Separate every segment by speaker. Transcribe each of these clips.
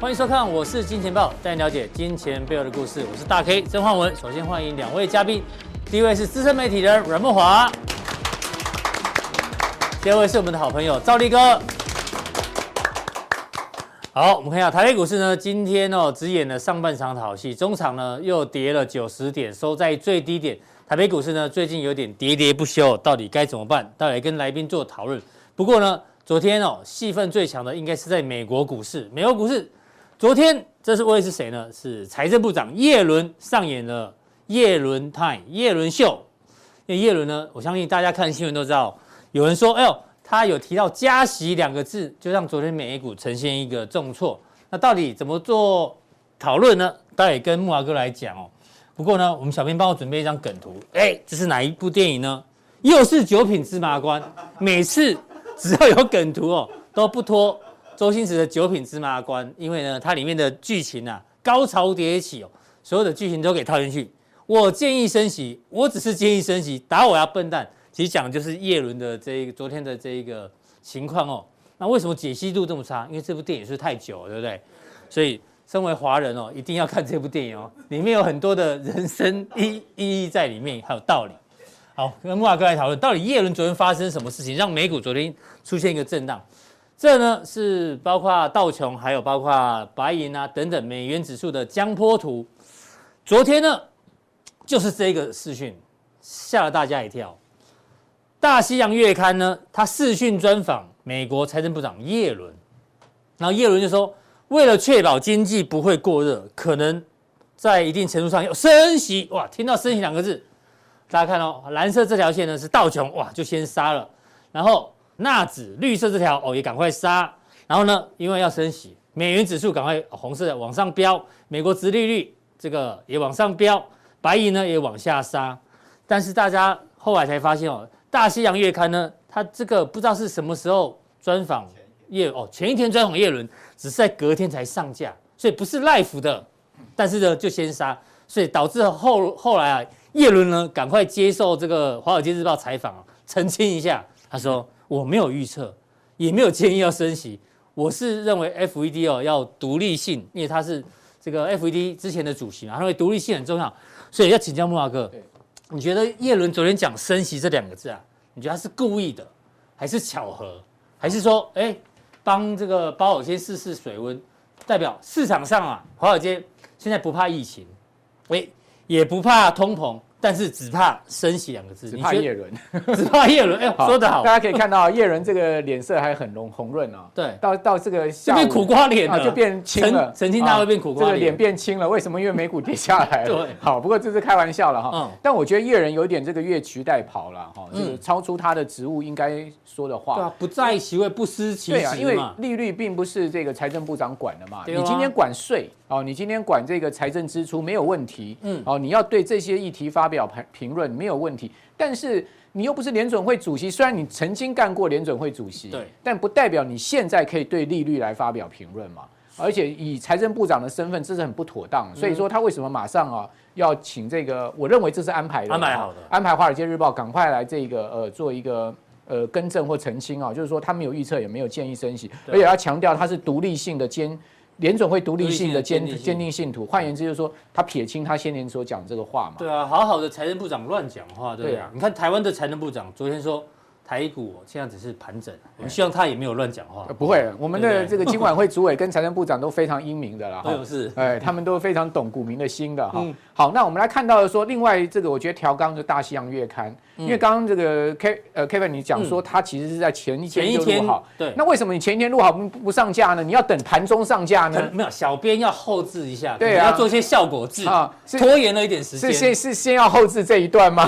Speaker 1: 欢迎收看，我是金钱豹，带你了解金钱背后的故事。我是大 K 曾焕文。首先欢迎两位嘉宾，第一位是资深媒体人阮梦华，第二位是我们的好朋友赵力哥。好，我们看一下台北股市呢，今天哦只演了上半场的好戏，中场呢又跌了九十点，收在最低点。台北股市呢最近有点喋喋不休，到底该怎么办？到底跟来宾做讨论。不过呢，昨天哦戏份最强的应该是在美国股市，美国股市昨天这是为是谁呢？是财政部长耶伦上演了耶伦 time 耶伦秀。因为耶伦呢，我相信大家看新闻都知道，有人说，哎呦，他有提到加息两个字，就让昨天美股呈现一个重挫。那到底怎么做讨论呢？待会跟木华哥来讲哦。不过呢，我们小编帮我准备一张梗图，哎，这是哪一部电影呢？又是九品芝麻官，每次只要有梗图哦，都不脱周星驰的九品芝麻官，因为呢，它里面的剧情啊高潮迭起哦，所有的剧情都给套进去。我建议升息，我只是建议升息，打我呀笨蛋。其实讲的就是叶伦的这一个昨天的这一个情况哦。那为什么解析度这么差？因为这部电影是太久了，对不对？所以身为华人哦，一定要看这部电影哦，里面有很多的人生意意义在里面，还有道理。好，跟木瓦哥来讨论，到底叶伦昨天发生什么事情，让美股昨天出现一个震荡？这呢是包括道琼，还有包括白银啊等等美元指数的江波图。昨天呢，就是这个视讯吓了大家一跳。大西洋月刊呢，它视讯专访美国财政部长耶伦，然后耶伦就说，为了确保经济不会过热，可能在一定程度上要升息。哇，听到升息两个字，大家看哦，蓝色这条线呢是道琼，哇，就先杀了，然后纳指绿色这条哦也赶快杀，然后呢，因为要升息，美元指数赶快、哦红色的往上飙，美国殖利率这个也往上飙，白银呢也往下杀，但是大家后来才发现哦，《大西洋月刊》呢，它这个不知道是什么时候专访叶哦，前一天专访叶伦，只是在隔天才上架，所以不是 live 的，但是呢就先杀，所以导致后后来啊，叶伦呢赶快接受这个《华尔街日报》采访、啊，澄清一下，他说我没有预测，也没有建议要升息，我是认为 FED 哦要独立性，因为他是这个 FED 之前的主席嘛，他认为独立性很重要，所以要请教木华哥
Speaker 2: 对，
Speaker 1: 你觉得叶伦昨天讲升息这两个字啊，你觉得他是故意的，还是巧合，还是说哎帮这个鲍尔先试试水温，代表市场上啊华尔街现在不怕疫情，哎也不怕通膨。但是只怕升息两个字，
Speaker 2: 只
Speaker 1: 你
Speaker 2: 怕
Speaker 1: 觉得
Speaker 2: 叶伦，
Speaker 1: 只怕叶伦，哎 呦， 说得好
Speaker 2: 大，家可以看到叶伦这个脸色还很红红润哦。
Speaker 1: 对，
Speaker 2: 到到这个
Speaker 1: 就
Speaker 2: 下
Speaker 1: 变
Speaker 2: 午
Speaker 1: 苦瓜脸
Speaker 2: 啊，
Speaker 1: 了，
Speaker 2: 就变青了啊
Speaker 1: 澄，澄清大会变苦瓜
Speaker 2: 这个脸
Speaker 1: 脸，
Speaker 2: 变青了，为什么？因为美股跌下来了。
Speaker 1: 对
Speaker 2: 好，不过这是开玩笑了哈
Speaker 1: 嗯。
Speaker 2: 但我觉得叶人有点这个越俎代庖了哈，
Speaker 1: 嗯
Speaker 2: 就是超出他的职务应该说的
Speaker 1: 对
Speaker 2: 话。
Speaker 1: 啊，不在其位不失其
Speaker 2: 对啊，因
Speaker 1: 职
Speaker 2: 为
Speaker 1: 嘛，
Speaker 2: 利率并不是这个财政部长管的嘛，
Speaker 1: 对啊
Speaker 2: 你今天管税哦，你今天管这个财政支出没有问题，
Speaker 1: 嗯
Speaker 2: 嗯，哦，你要对这些议题发表评评论没有问题，但是你又不是联准会主席，虽然你曾经干过联准会主席，
Speaker 1: 对，
Speaker 2: 但不代表你现在可以对利率来发表评论嘛。而且以财政部长的身份，这是很不妥当的，所以
Speaker 1: 嗯
Speaker 2: 说他为什么马上啊要请这个？我认为这是安排的，
Speaker 1: 安排好的
Speaker 2: 安排《华尔街日报》赶快来这个呃做一个呃更正或澄清啊，就是说他没有预测，也没有建议升息，
Speaker 1: 对
Speaker 2: 而且要强调它是独立性的监。呃联总会独立性
Speaker 1: 独
Speaker 2: 的
Speaker 1: 立性的坚
Speaker 2: 坚
Speaker 1: 定性
Speaker 2: 坚定信徒，换言之就是说，他撇清他先前所讲这个话嘛。
Speaker 1: 对啊，好好的财政部长乱讲话，对不
Speaker 2: 对
Speaker 1: 对
Speaker 2: 啊？
Speaker 1: 你看台湾的财政部长昨天说台股现在只是盘整，我们希望他也没有乱讲话
Speaker 2: 呃，不会，我们
Speaker 1: 对
Speaker 2: 的
Speaker 1: 对
Speaker 2: 这个金管会主委跟财政部长都非常英明的啦。
Speaker 1: 对
Speaker 2: 哈
Speaker 1: 不是？
Speaker 2: 哎，他们都非常懂股民的心的哈
Speaker 1: 嗯。
Speaker 2: 好，那我们来看到的说，另外这个我觉得调纲是《大西洋月刊》，
Speaker 1: 嗯
Speaker 2: 因为刚刚这个 K 呃 Kevin 你讲说他其实是在前一
Speaker 1: 前
Speaker 2: 天
Speaker 1: 一
Speaker 2: 就
Speaker 1: 天
Speaker 2: 录好，
Speaker 1: 对，
Speaker 2: 那为什么你前一天录好不不上架呢？你要等盘中上架
Speaker 1: 可
Speaker 2: 呢
Speaker 1: 能？没有，小编要后置一下，
Speaker 2: 对啊
Speaker 1: 可能要做一些效果字
Speaker 2: 啊是
Speaker 1: 拖延了一点时
Speaker 2: 是
Speaker 1: 间
Speaker 2: 先，是先要后置这一段吗？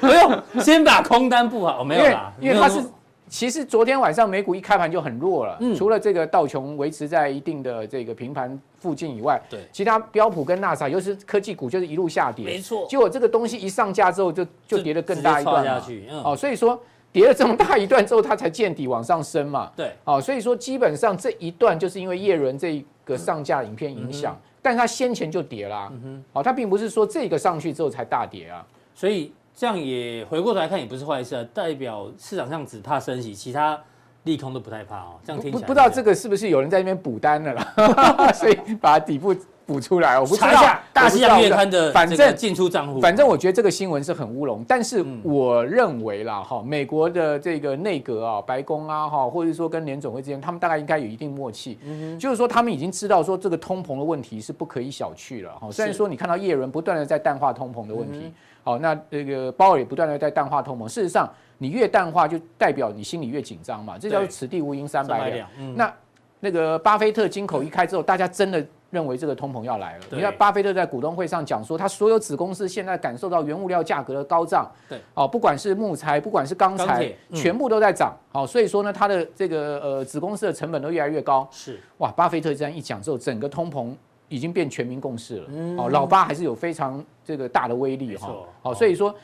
Speaker 1: 不用，先把空单布好，哦 没
Speaker 2: 因
Speaker 1: 有
Speaker 2: 为
Speaker 1: 啦，
Speaker 2: 因为
Speaker 1: 没有
Speaker 2: 它
Speaker 1: 那
Speaker 2: 是
Speaker 1: 么
Speaker 2: 其实昨天晚上美股一开盘就很弱了，
Speaker 1: 嗯
Speaker 2: 除了这个道琼维持在一定的这个平盘附近以外，
Speaker 1: 对
Speaker 2: 其他标普跟纳斯达克尤其是科技股就是一路下跌，
Speaker 1: 没错
Speaker 2: 结果这个东西一上架之后就就跌得更大一段
Speaker 1: 直接
Speaker 2: 嘛
Speaker 1: 刷下去，嗯，
Speaker 2: 哦，所以说跌了这么大一段之后，它才见底往上升嘛。
Speaker 1: 对，
Speaker 2: 哦，所以说基本上这一段就是因为叶伦这一
Speaker 1: 嗯
Speaker 2: 个上架影片影响，但它先前就跌啦。哦，它并不是说这个上去之后才大跌啊。
Speaker 1: 所以这样也回过头来看也不是坏事啊，代表市场上只怕升息，其他利空都不太怕哦。这样听
Speaker 2: 不
Speaker 1: 起来
Speaker 2: 不知道这个是不是有人在那边补单了啦， 所以把底部补出来，我不知
Speaker 1: 查
Speaker 2: 道。
Speaker 1: 一下《大
Speaker 2: 我不
Speaker 1: 西
Speaker 2: 知道
Speaker 1: 洋月刊》的
Speaker 2: 反
Speaker 1: 这个
Speaker 2: 正
Speaker 1: 进出账户，
Speaker 2: 反正我觉得这个新闻是很乌龙，但是
Speaker 1: 嗯
Speaker 2: 我认为啦哈，美国的这个内阁啊、白宫啊哈，或者说跟联总会之间，他们大概应该有一定默契，
Speaker 1: 嗯
Speaker 2: 就是说他们已经知道说这个通膨的问题是不可以小觑了哈。虽然
Speaker 1: 是嗯
Speaker 2: 说你看到耶伦不断的在淡化通膨的问题，好，那这个鲍尔也不断的在淡化通膨，事实上你越淡化就代表你心里越紧张嘛，这叫
Speaker 1: 对
Speaker 2: 此地无银三百两。
Speaker 1: 两，嗯，
Speaker 2: 那那个巴菲特金口一开之后，大家真的认为这个通膨要来了。
Speaker 1: 对
Speaker 2: 你看巴菲特在股东会上讲说，他所有子公司现在感受到原物料价格的高涨，
Speaker 1: 对，
Speaker 2: 哦，不管是木材，不管是钢
Speaker 1: 钢
Speaker 2: 材
Speaker 1: 铁，嗯
Speaker 2: 全部都在涨。好，所以说呢，他的这个呃子公司的成本都越来越高。
Speaker 1: 是
Speaker 2: 哇，巴菲特这样一讲之后，整个通膨已经变全民共识了。
Speaker 1: 嗯
Speaker 2: 哦，老八还是有非常这个大的威力
Speaker 1: 没
Speaker 2: 哈
Speaker 1: 错。
Speaker 2: 好，
Speaker 1: 哦
Speaker 2: 所以说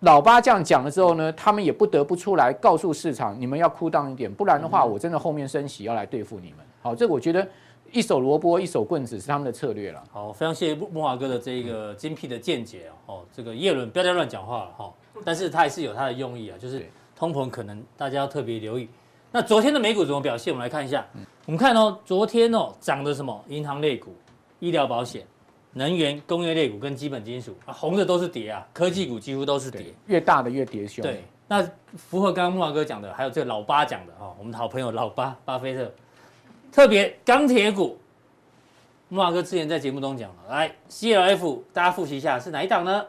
Speaker 2: 老八这样讲了之后呢，他们也不得不出来告诉市场，你们要哭荡一点，不然的话，
Speaker 1: 嗯
Speaker 2: 我真的后面升息要来对付你们。好，这我觉得一手萝卜一手棍子是他们的策略了。
Speaker 1: 好，非常谢谢木木华哥的这一个
Speaker 2: 嗯
Speaker 1: 精辟的见解哦。哦，这个叶伦不要再乱讲话了 哈、哦，但是他也是有他的用意啊，就是
Speaker 2: 对
Speaker 1: 通膨可能大家要特别留意。那昨天的美股怎么表现？我们来看一下。
Speaker 2: 嗯
Speaker 1: 我们看哦，昨天哦涨的什么？银行类股、医疗保险、能源、工业类股跟基本金属啊，红的都是跌啊，科技股几乎都是跌
Speaker 2: 对。，越大的越跌凶。
Speaker 1: 对，那符合刚刚木华哥讲的，还有这个老八讲的哈、哦，我们的好朋友老八巴菲特，特别钢铁股，木华哥之前在节目中讲了，来 CLF 大家复习一下是哪一档呢？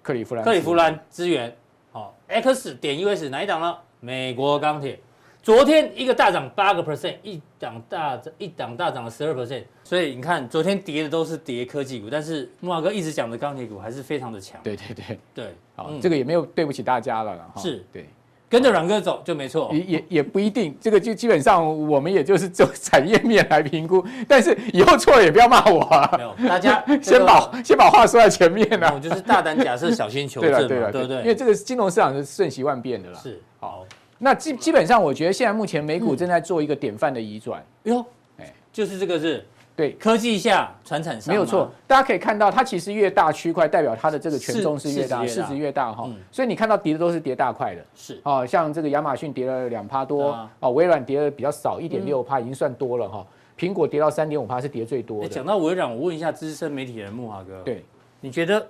Speaker 2: 克利夫兰，
Speaker 1: 克利夫兰资源，好、x 点 US 哪一档呢？美国钢铁，哦昨天一个大涨八个 percent，一档大涨一档大涨了十二 percent，所以你看昨天跌的都是跌科技股，但是木华哥一直讲的钢铁股还是非常的强，
Speaker 2: 对对对，
Speaker 1: 对，
Speaker 2: 好，
Speaker 1: 嗯
Speaker 2: 这个也没有对不起大家了啦。哈
Speaker 1: 是
Speaker 2: 对。
Speaker 1: 跟着阮哥走就没错。
Speaker 2: 也也也不一定，这个就基本上我们也就是就产业面来评估，但是以后错了也不要骂我
Speaker 1: 没
Speaker 2: 啊，
Speaker 1: 有，大 家
Speaker 2: 先
Speaker 1: 保。
Speaker 2: 把先把话说在前面
Speaker 1: 那
Speaker 2: 啊。
Speaker 1: 我就是大胆假设，小心求
Speaker 2: 对
Speaker 1: 证
Speaker 2: 了
Speaker 1: 嘛，
Speaker 2: 对
Speaker 1: 对
Speaker 2: 了，
Speaker 1: 不
Speaker 2: 因为
Speaker 1: 对？
Speaker 2: 这个金融市场是瞬息万变的啦。
Speaker 1: 是嗯
Speaker 2: 好
Speaker 1: 好，
Speaker 2: 那基基本上，我觉得现在目前美股正在做一个典范的移转，
Speaker 1: 哎呦
Speaker 2: 哎，
Speaker 1: 就是这个是
Speaker 2: 对，
Speaker 1: 科技下传产商，
Speaker 2: 没有错。。大家可以看到，它其实越大区块，代表它的这个权重是越大，
Speaker 1: 市市值越
Speaker 2: 市
Speaker 1: 大
Speaker 2: 值越大哈
Speaker 1: 嗯。
Speaker 2: 所以你看到跌的都是跌大块的。
Speaker 1: 是
Speaker 2: 哦，像这个亚马逊跌了两趴
Speaker 1: 对
Speaker 2: 多
Speaker 1: 啊，嗯
Speaker 2: 哦，微软跌了比较少，一点六趴已经算多了哈。苹果跌到三点五趴是跌最多
Speaker 1: 哎，
Speaker 2: 的
Speaker 1: 讲。到微软，我问一下资深媒体人木华哥，，
Speaker 2: 对，
Speaker 1: 你觉得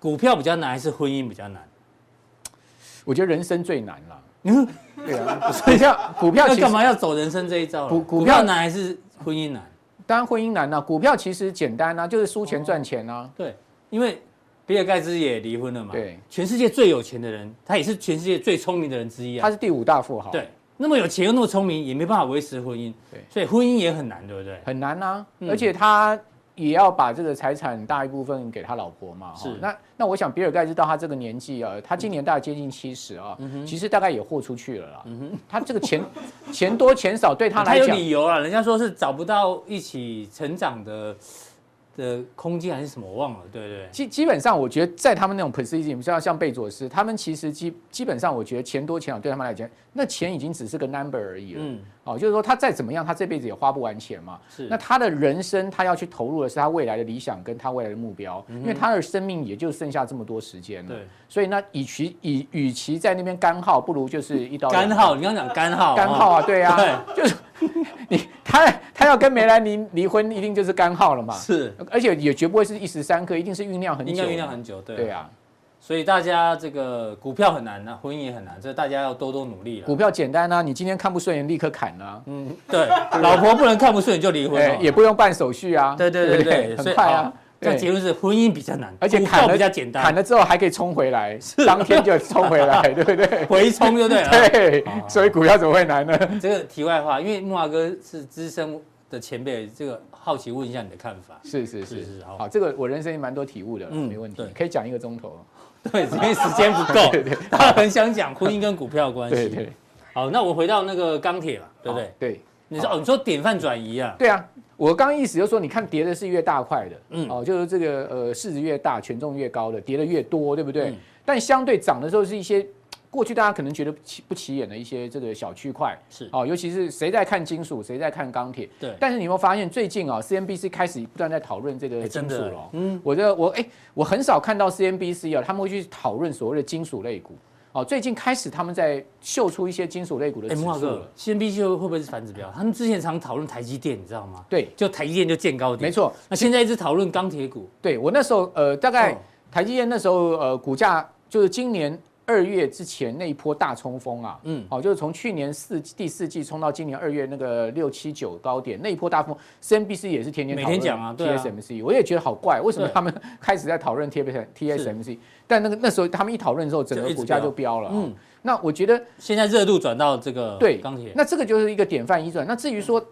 Speaker 1: 股票比较难还是婚姻比较难？
Speaker 2: 我觉得人生最难了。 对啊，所以像股票
Speaker 1: 那
Speaker 2: 其实
Speaker 1: 干嘛要走人生这一招了？
Speaker 2: 股股
Speaker 1: 股票
Speaker 2: 票
Speaker 1: 难还是婚姻难？
Speaker 2: 当然婚姻难啊，股票其实简单啊，就是输钱赚钱啊。
Speaker 1: 对，因为比尔盖茨也离婚了嘛，
Speaker 2: 对，
Speaker 1: 全世界最有钱的人，他也是全世界最聪明的人之一啊
Speaker 2: 他。是第五大富豪，，
Speaker 1: 对，那么有钱又那么聪明，也没办法维持婚姻，
Speaker 2: 哦对
Speaker 1: 所以婚姻也很难，对不对？
Speaker 2: 很难啊。
Speaker 1: 嗯
Speaker 2: 而且他也要把这个财产很大一部分给他老婆嘛。哈
Speaker 1: 是
Speaker 2: 那那我想比尔盖茨到他这个年纪啊，他今年大概接近七十啊，
Speaker 1: 嗯
Speaker 2: 其实大概也豁出去了啦。他这个钱 钱多钱少对他
Speaker 1: 他
Speaker 2: 来
Speaker 1: 有
Speaker 2: 讲，
Speaker 1: 理由啊，人家说是找不到一起成长的的空间还是什么，我忘了，对对
Speaker 2: 基基本上，我觉得在他们那种 position，像像贝佐斯，他们其实基基本上，我觉得钱多钱少对他们来讲，那钱已经只是个 number 而已了。
Speaker 1: 嗯
Speaker 2: 哦，就是说他再怎么样，他这辈子也花不完钱嘛。
Speaker 1: 是
Speaker 2: 那他的人生，他要去投入的是他未来的理想跟他未来的目标，因为他的生命也就剩下这么多时间了。
Speaker 1: 嗯对。
Speaker 2: 所以那与其以与其在那边干耗，不如就是一刀两
Speaker 1: 嗯干耗，你刚讲干耗，
Speaker 2: 干耗
Speaker 1: 哦，
Speaker 2: 啊，对啊，就是你他他要跟梅兰妮离婚，一定就是干耗了嘛。
Speaker 1: 是
Speaker 2: 而且也绝不会是一时三刻，一定是酝酿很久
Speaker 1: 应
Speaker 2: 嘛，
Speaker 1: 该酝酿很久，对
Speaker 2: 对啊，
Speaker 1: 所以大家这个股票很难啊，婚姻也很难，这大家要多多努力了
Speaker 2: 股。票简单啊，你今天看不顺眼立刻砍啊，
Speaker 1: 嗯， 对，老婆不能看不顺眼就离婚
Speaker 2: 哎
Speaker 1: 哦，
Speaker 2: 也不用办手续啊，
Speaker 1: 对对对
Speaker 2: 不
Speaker 1: 对，所
Speaker 2: 很
Speaker 1: 以
Speaker 2: 快
Speaker 1: 好
Speaker 2: 啊，
Speaker 1: 这样结
Speaker 2: 对，
Speaker 1: 论是婚姻比较难，
Speaker 2: 而且
Speaker 1: 股
Speaker 2: 砍
Speaker 1: 票
Speaker 2: 了
Speaker 1: 比较简
Speaker 2: 砍
Speaker 1: 单，
Speaker 2: 了之后还可以冲回来，当天就冲回 来，对不对？
Speaker 1: 回冲就对 了。
Speaker 2: 对
Speaker 1: 好好，
Speaker 2: 所以股票怎么会难呢？
Speaker 1: 这个题外话，因为木华哥是资深的前辈，这个好奇问一下你的看法。
Speaker 2: 是是
Speaker 1: 是
Speaker 2: 是
Speaker 1: 是好
Speaker 2: 好，这个我人生也蛮多体悟的啦，
Speaker 1: 嗯
Speaker 2: 没问题
Speaker 1: 对，
Speaker 2: 可以讲一个钟头。
Speaker 1: 对，因为时间不 够， 他很想讲婚姻跟股票的关
Speaker 2: 对
Speaker 1: 系。
Speaker 2: 对，
Speaker 1: 好，那我回到那个钢铁吧，对不对
Speaker 2: 好？对
Speaker 1: 你说哦，你说典范转移啊，
Speaker 2: 对啊，我刚意思就是说，你看跌的是越大块的，
Speaker 1: 嗯
Speaker 2: 哦，就是这个呃市值越大、权重越高的，跌的越多，对不对？
Speaker 1: 嗯
Speaker 2: 但相对涨的时候是一些过去大家可能觉得不起不起眼的一些这个小区块，
Speaker 1: 是
Speaker 2: 哦，尤其是谁在看金属，谁在看钢铁。
Speaker 1: 对，
Speaker 2: 但是你有没有发现最近啊、，CNBC 开始不断在讨论这个
Speaker 1: 哎真
Speaker 2: 金属
Speaker 1: 的
Speaker 2: 了哦、
Speaker 1: 嗯
Speaker 2: 我这我哎、我很少看到 CNBC 啊，他们会去讨论所谓的金属类股。哦，最近开始他们在秀出一些金属类股的
Speaker 1: 哎，
Speaker 2: 指
Speaker 1: 木华
Speaker 2: 数
Speaker 1: 哥
Speaker 2: 了。
Speaker 1: ，C N B 就会不会是反指标？他们之前常讨论台积电，你知道吗？
Speaker 2: 对，
Speaker 1: 就台积电就见高点，
Speaker 2: 没。错，
Speaker 1: 那现在一直讨论钢铁股，
Speaker 2: 对我那时候呃，大概
Speaker 1: 哦
Speaker 2: 台积电那时候呃，股价就是今年二月之前那一波大冲锋啊，
Speaker 1: 嗯，
Speaker 2: 好、就是从去年四第四季冲到今年二月那个六七九高点那一波大风，CNBC 也是天天
Speaker 1: 每天讲啊对啊
Speaker 2: TSMC 我也觉得好怪，为什么
Speaker 1: 对
Speaker 2: 他们开始在讨论 TSM- TSMC？但那个那时候他们一讨论之后，整
Speaker 1: 就一
Speaker 2: 个
Speaker 1: 直
Speaker 2: 股价
Speaker 1: 飙
Speaker 2: 就飙了、嗯
Speaker 1: 嗯，，
Speaker 2: 那我觉得
Speaker 1: 现在热度转到这个
Speaker 2: 对
Speaker 1: 钢铁，
Speaker 2: 那这个就是一个典范移转。那至于说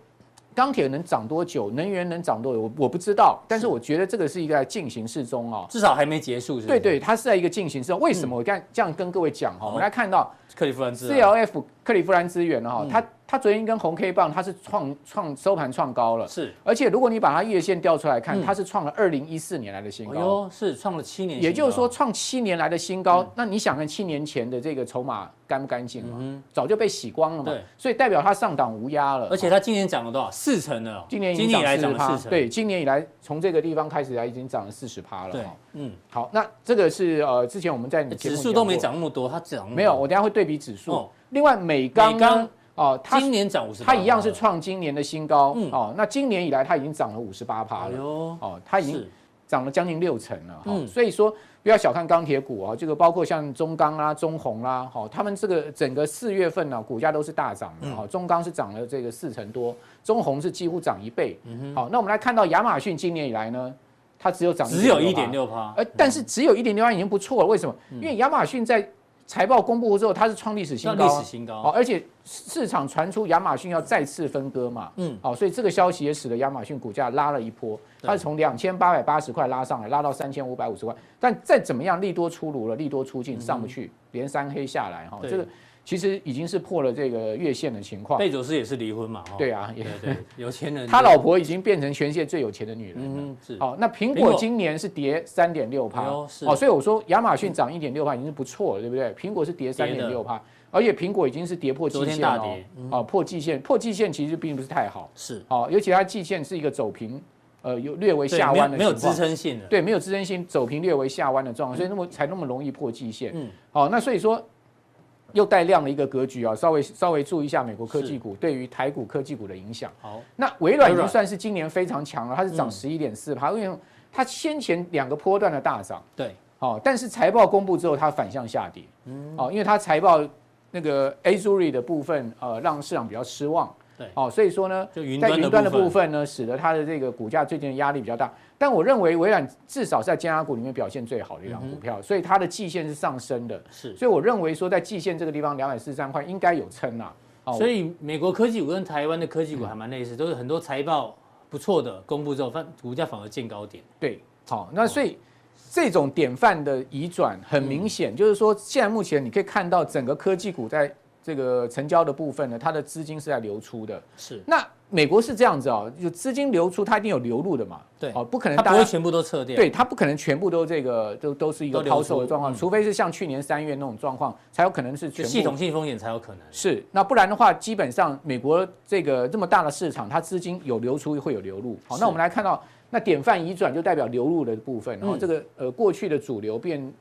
Speaker 2: 钢铁能涨多久，能源能涨多久，我我不知道，但是我觉得这个是一个在进行适中哦。
Speaker 1: 至少还没结束，是不
Speaker 2: 对
Speaker 1: 是？
Speaker 2: 对，它是在一个进行之后，为什么我刚这样跟各位讲哈？我
Speaker 1: 好
Speaker 2: 们来看到
Speaker 1: 克利夫兰制
Speaker 2: C
Speaker 1: 啊
Speaker 2: L F 克利夫兰资源了哈
Speaker 1: 嗯，
Speaker 2: 它它昨天一根红 K 棒，它是创创收盘创高了，
Speaker 1: 是，
Speaker 2: 而且如果你把它月线调出来看
Speaker 1: 嗯，
Speaker 2: 它是创了二零一四年来的新
Speaker 1: 哎
Speaker 2: 高，
Speaker 1: 呦，是创了七年，
Speaker 2: 也就是说，创七年来的新高。那你想看七年前的这个筹码干不干净嘛？
Speaker 1: 嗯
Speaker 2: 早就被洗光了嘛
Speaker 1: 对，
Speaker 2: 所以代表它上档无压了。
Speaker 1: 哼，而且它今年涨了多少？四成了哦，
Speaker 2: 今年已
Speaker 1: 今
Speaker 2: 经
Speaker 1: 年以来
Speaker 2: 涨
Speaker 1: 涨了
Speaker 2: 四趴
Speaker 1: 四，成，
Speaker 2: 对，今年以来从这个地方开始来已经涨了四十趴了
Speaker 1: 对
Speaker 2: 哈。，
Speaker 1: 嗯，
Speaker 2: 好，那这个是呃之前我们在你节目
Speaker 1: 指
Speaker 2: 讲
Speaker 1: 数都没
Speaker 2: 过
Speaker 1: 涨那么多，它涨那么
Speaker 2: 嗯没有，
Speaker 1: 多
Speaker 2: 我等一下会对比指数
Speaker 1: 哦。
Speaker 2: 另外，美钢
Speaker 1: 美钢
Speaker 2: 呢？哦，它
Speaker 1: 今年涨五十，
Speaker 2: 它一样是，创今年的新高
Speaker 1: 嗯
Speaker 2: 哦。那今年以来它已经涨了五十八趴
Speaker 1: 哎
Speaker 2: 了
Speaker 1: 呦，
Speaker 2: 哦，它已经
Speaker 1: 是
Speaker 2: 涨了将近六成了哈
Speaker 1: 嗯。
Speaker 2: 所以说不要小看钢铁股啊，这个包括像中钢啦、中红啦，哈，他们这个整个四月份呢，股价都是大涨
Speaker 1: 嗯
Speaker 2: 的哈。中钢是涨了这个四成多，中红是几乎涨一倍。
Speaker 1: 嗯
Speaker 2: 好，那我们来看到亚马逊今年以来呢，它只有涨
Speaker 1: 只有一
Speaker 2: 1.6%
Speaker 1: 点六趴，
Speaker 2: 呃，但是只有一点六万已经不错了。为什么？
Speaker 1: 嗯
Speaker 2: 因为亚马逊在财报公布之后，它是创历史新
Speaker 1: 那
Speaker 2: 高
Speaker 1: 历
Speaker 2: 啊、
Speaker 1: 史新高
Speaker 2: 哦，，而且市场传出亚马逊要再次分割嘛，
Speaker 1: 嗯
Speaker 2: 嗯，好、所以这个消息也使得亚马逊股价拉了一波，它是从两千八百八十块拉上来，拉到三千五百五十块，但再怎么样利多出炉了，利多出尽上不去，连三黑下来哈、
Speaker 1: 嗯对
Speaker 2: 这个其实已经是破了这个月线的情况。
Speaker 1: 贝佐斯也是离婚嘛，哦，
Speaker 2: 对啊，也
Speaker 1: 对 对，有钱人，
Speaker 2: 他老，婆已经变成全世界最有钱的女人了。
Speaker 1: 嗯哼，是，
Speaker 2: 好、那苹
Speaker 1: 苹果
Speaker 2: 果今年是跌三点六
Speaker 1: 哎
Speaker 2: 趴
Speaker 1: 呦是，
Speaker 2: 哦，所以我说亚马逊涨一点六趴已经是不错了，对不对？苹果是跌三
Speaker 1: 跌的
Speaker 2: 点六趴，而且苹果已经是跌破
Speaker 1: 昨
Speaker 2: 季
Speaker 1: 天
Speaker 2: 线
Speaker 1: 大
Speaker 2: 哦
Speaker 1: 跌，嗯
Speaker 2: 哦，破季线，破季线其实并不是太好，
Speaker 1: 是，
Speaker 2: 哦，尤其它季线是一个走平，呃，有略微下
Speaker 1: 对没有
Speaker 2: 弯的
Speaker 1: 没有
Speaker 2: 情
Speaker 1: 支
Speaker 2: 况，
Speaker 1: 撑性的，
Speaker 2: 对，没有支撑性，走平略微下弯的状况，所以那么才那么容易破季线。
Speaker 1: 嗯，
Speaker 2: 好、那所以说又带量的一个格局啊，稍微稍微注意一下美国科技股对于台股科技股的影响。
Speaker 1: 好，
Speaker 2: 那微软已
Speaker 1: 微软
Speaker 2: 经算是今年非常强了，它是涨
Speaker 1: 嗯
Speaker 2: 十一点四趴，因为它先前两个波段的大涨，
Speaker 1: 对，
Speaker 2: 哦，但是财报公布之后它反向下跌，
Speaker 1: 嗯
Speaker 2: 哦，因为它财报那个 Azure 的部分，呃，让市场比较失望，
Speaker 1: 对
Speaker 2: 哦，所以说呢，
Speaker 1: 就云
Speaker 2: 在
Speaker 1: 端
Speaker 2: 云端的部
Speaker 1: 部分，
Speaker 2: 分呢，使得它的这个股价最近的压力比较大。但我认为
Speaker 1: 嗯
Speaker 2: 微软至少是在尖压股里面表现最好的一档股票，所以它的季线是上升的，
Speaker 1: 是，
Speaker 2: 所以我认为说在季线这个地方两百四十三块应该有撑啦、哦
Speaker 1: 所以美国科技股跟台湾的科技股还蛮类似，都是很多财报不错的公布之后，反股价反而见高点。
Speaker 2: 对，好，
Speaker 1: 哦
Speaker 2: 那所以这种典范的移转很明
Speaker 1: 嗯
Speaker 2: 显，就是说现在目前你可以看到整个科技股在这个成交的部分呢，它的资金是在流出的。
Speaker 1: 是，
Speaker 2: 那美国是这样子哦，就资金流出，它一定有流入的嘛，
Speaker 1: 对
Speaker 2: 哦，不可能
Speaker 1: 它
Speaker 2: 大
Speaker 1: 不
Speaker 2: 家
Speaker 1: 会全部都撤掉。，
Speaker 2: 对它不可能全部都这个都都是一
Speaker 1: 都
Speaker 2: 个
Speaker 1: 流
Speaker 2: 抛售
Speaker 1: 出
Speaker 2: 的状况，
Speaker 1: 嗯
Speaker 2: 除非是像去年三月那种状况，才有可能是
Speaker 1: 就
Speaker 2: 全
Speaker 1: 系
Speaker 2: 部
Speaker 1: 统性风险才有可能。
Speaker 2: 是，那不然的话，基本上美国这个这么大的市场，它资金有流出会有流入。好，
Speaker 1: 是
Speaker 2: 那我们来看到，那典范移转就代表流入的部分，然后
Speaker 1: 嗯
Speaker 2: 这个呃过去的主流变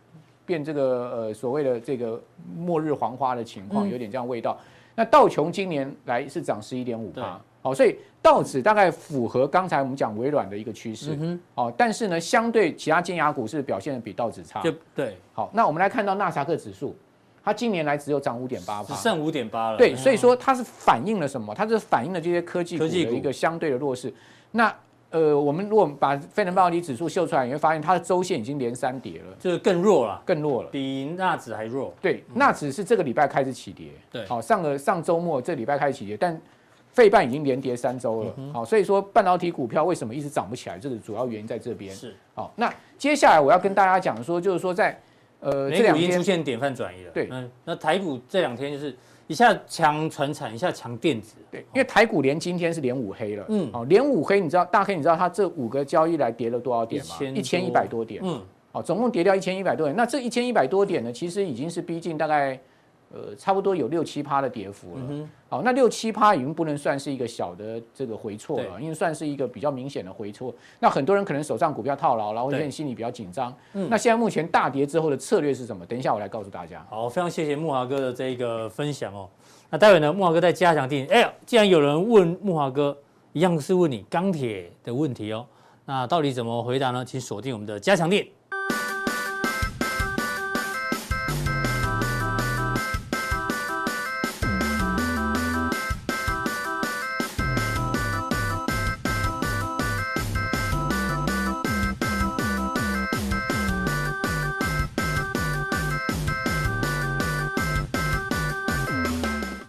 Speaker 2: 变这个呃所谓的这个末日黄花的情
Speaker 1: 嗯
Speaker 2: 况，有点这样味道。那道琼今年来是涨十一点五
Speaker 1: 对
Speaker 2: 八，好，所以道指大概符合刚才我们讲微软的一个趋势
Speaker 1: 嗯，哼，
Speaker 2: 好，但是呢，相对其他尖牙股是表现的比道指差
Speaker 1: 就。对，
Speaker 2: 好，那我们来看到纳斯达克指数，它今年来只有涨五点八
Speaker 1: 只
Speaker 2: 趴，
Speaker 1: 剩五点八了。嗯
Speaker 2: 啊对，所以说它是反映了什么？它是反映了这些科技股
Speaker 1: 科技
Speaker 2: 的
Speaker 1: 股
Speaker 2: 一个相对的弱势。那呃，我们如果把非农半导体指数秀出来，你会发现它的周线已经连三跌了，
Speaker 1: 就是更弱了，
Speaker 2: 更弱了。
Speaker 1: 比纳指还弱。
Speaker 2: 对，那只是这个礼拜开始起跌。
Speaker 1: 嗯对
Speaker 2: 好，上个上周末这礼拜开始起跌，但费半已经连跌三周
Speaker 1: 嗯
Speaker 2: 了。好，所以说半导体股票为什么一直涨不起来，这个主要原因在这边。
Speaker 1: 是，
Speaker 2: 好，那接下来我要跟大家讲说，就是说在呃
Speaker 1: 美
Speaker 2: 这
Speaker 1: 股
Speaker 2: 两
Speaker 1: 已经
Speaker 2: 天
Speaker 1: 出现典范转移了。
Speaker 2: 对
Speaker 1: 嗯，那台股这两天就是一下强传产，一下强电子。
Speaker 2: 对，因为台股连今天是连五黑了，
Speaker 1: 嗯
Speaker 2: 嗯，哦，连五黑，你知道大黑，你知道它这五个交易来跌了多少点吗？一千一
Speaker 1: 1000
Speaker 2: 百多点，
Speaker 1: 嗯，
Speaker 2: 哦，总共跌掉一千一百多点。那这一千一百多点呢，其实已经是逼近大概呃，差不多有六七趴的跌幅了。好，那六七趴已经不能算是一个小的这个回挫了，因为算是一个比较明显的回挫。那很多人可能手上股票套牢了，或者
Speaker 1: 对
Speaker 2: 你心里比较紧张。那现在目前大跌之后的策略是什么？等一下我来告诉大家。
Speaker 1: 好，非常谢谢木华哥的这一个分享哦。那待会呢，木华哥再加强定。哎呀，既然有人问木华哥，一样是问你钢铁的问题哦。那到底怎么回答呢？请锁定我们的加强店。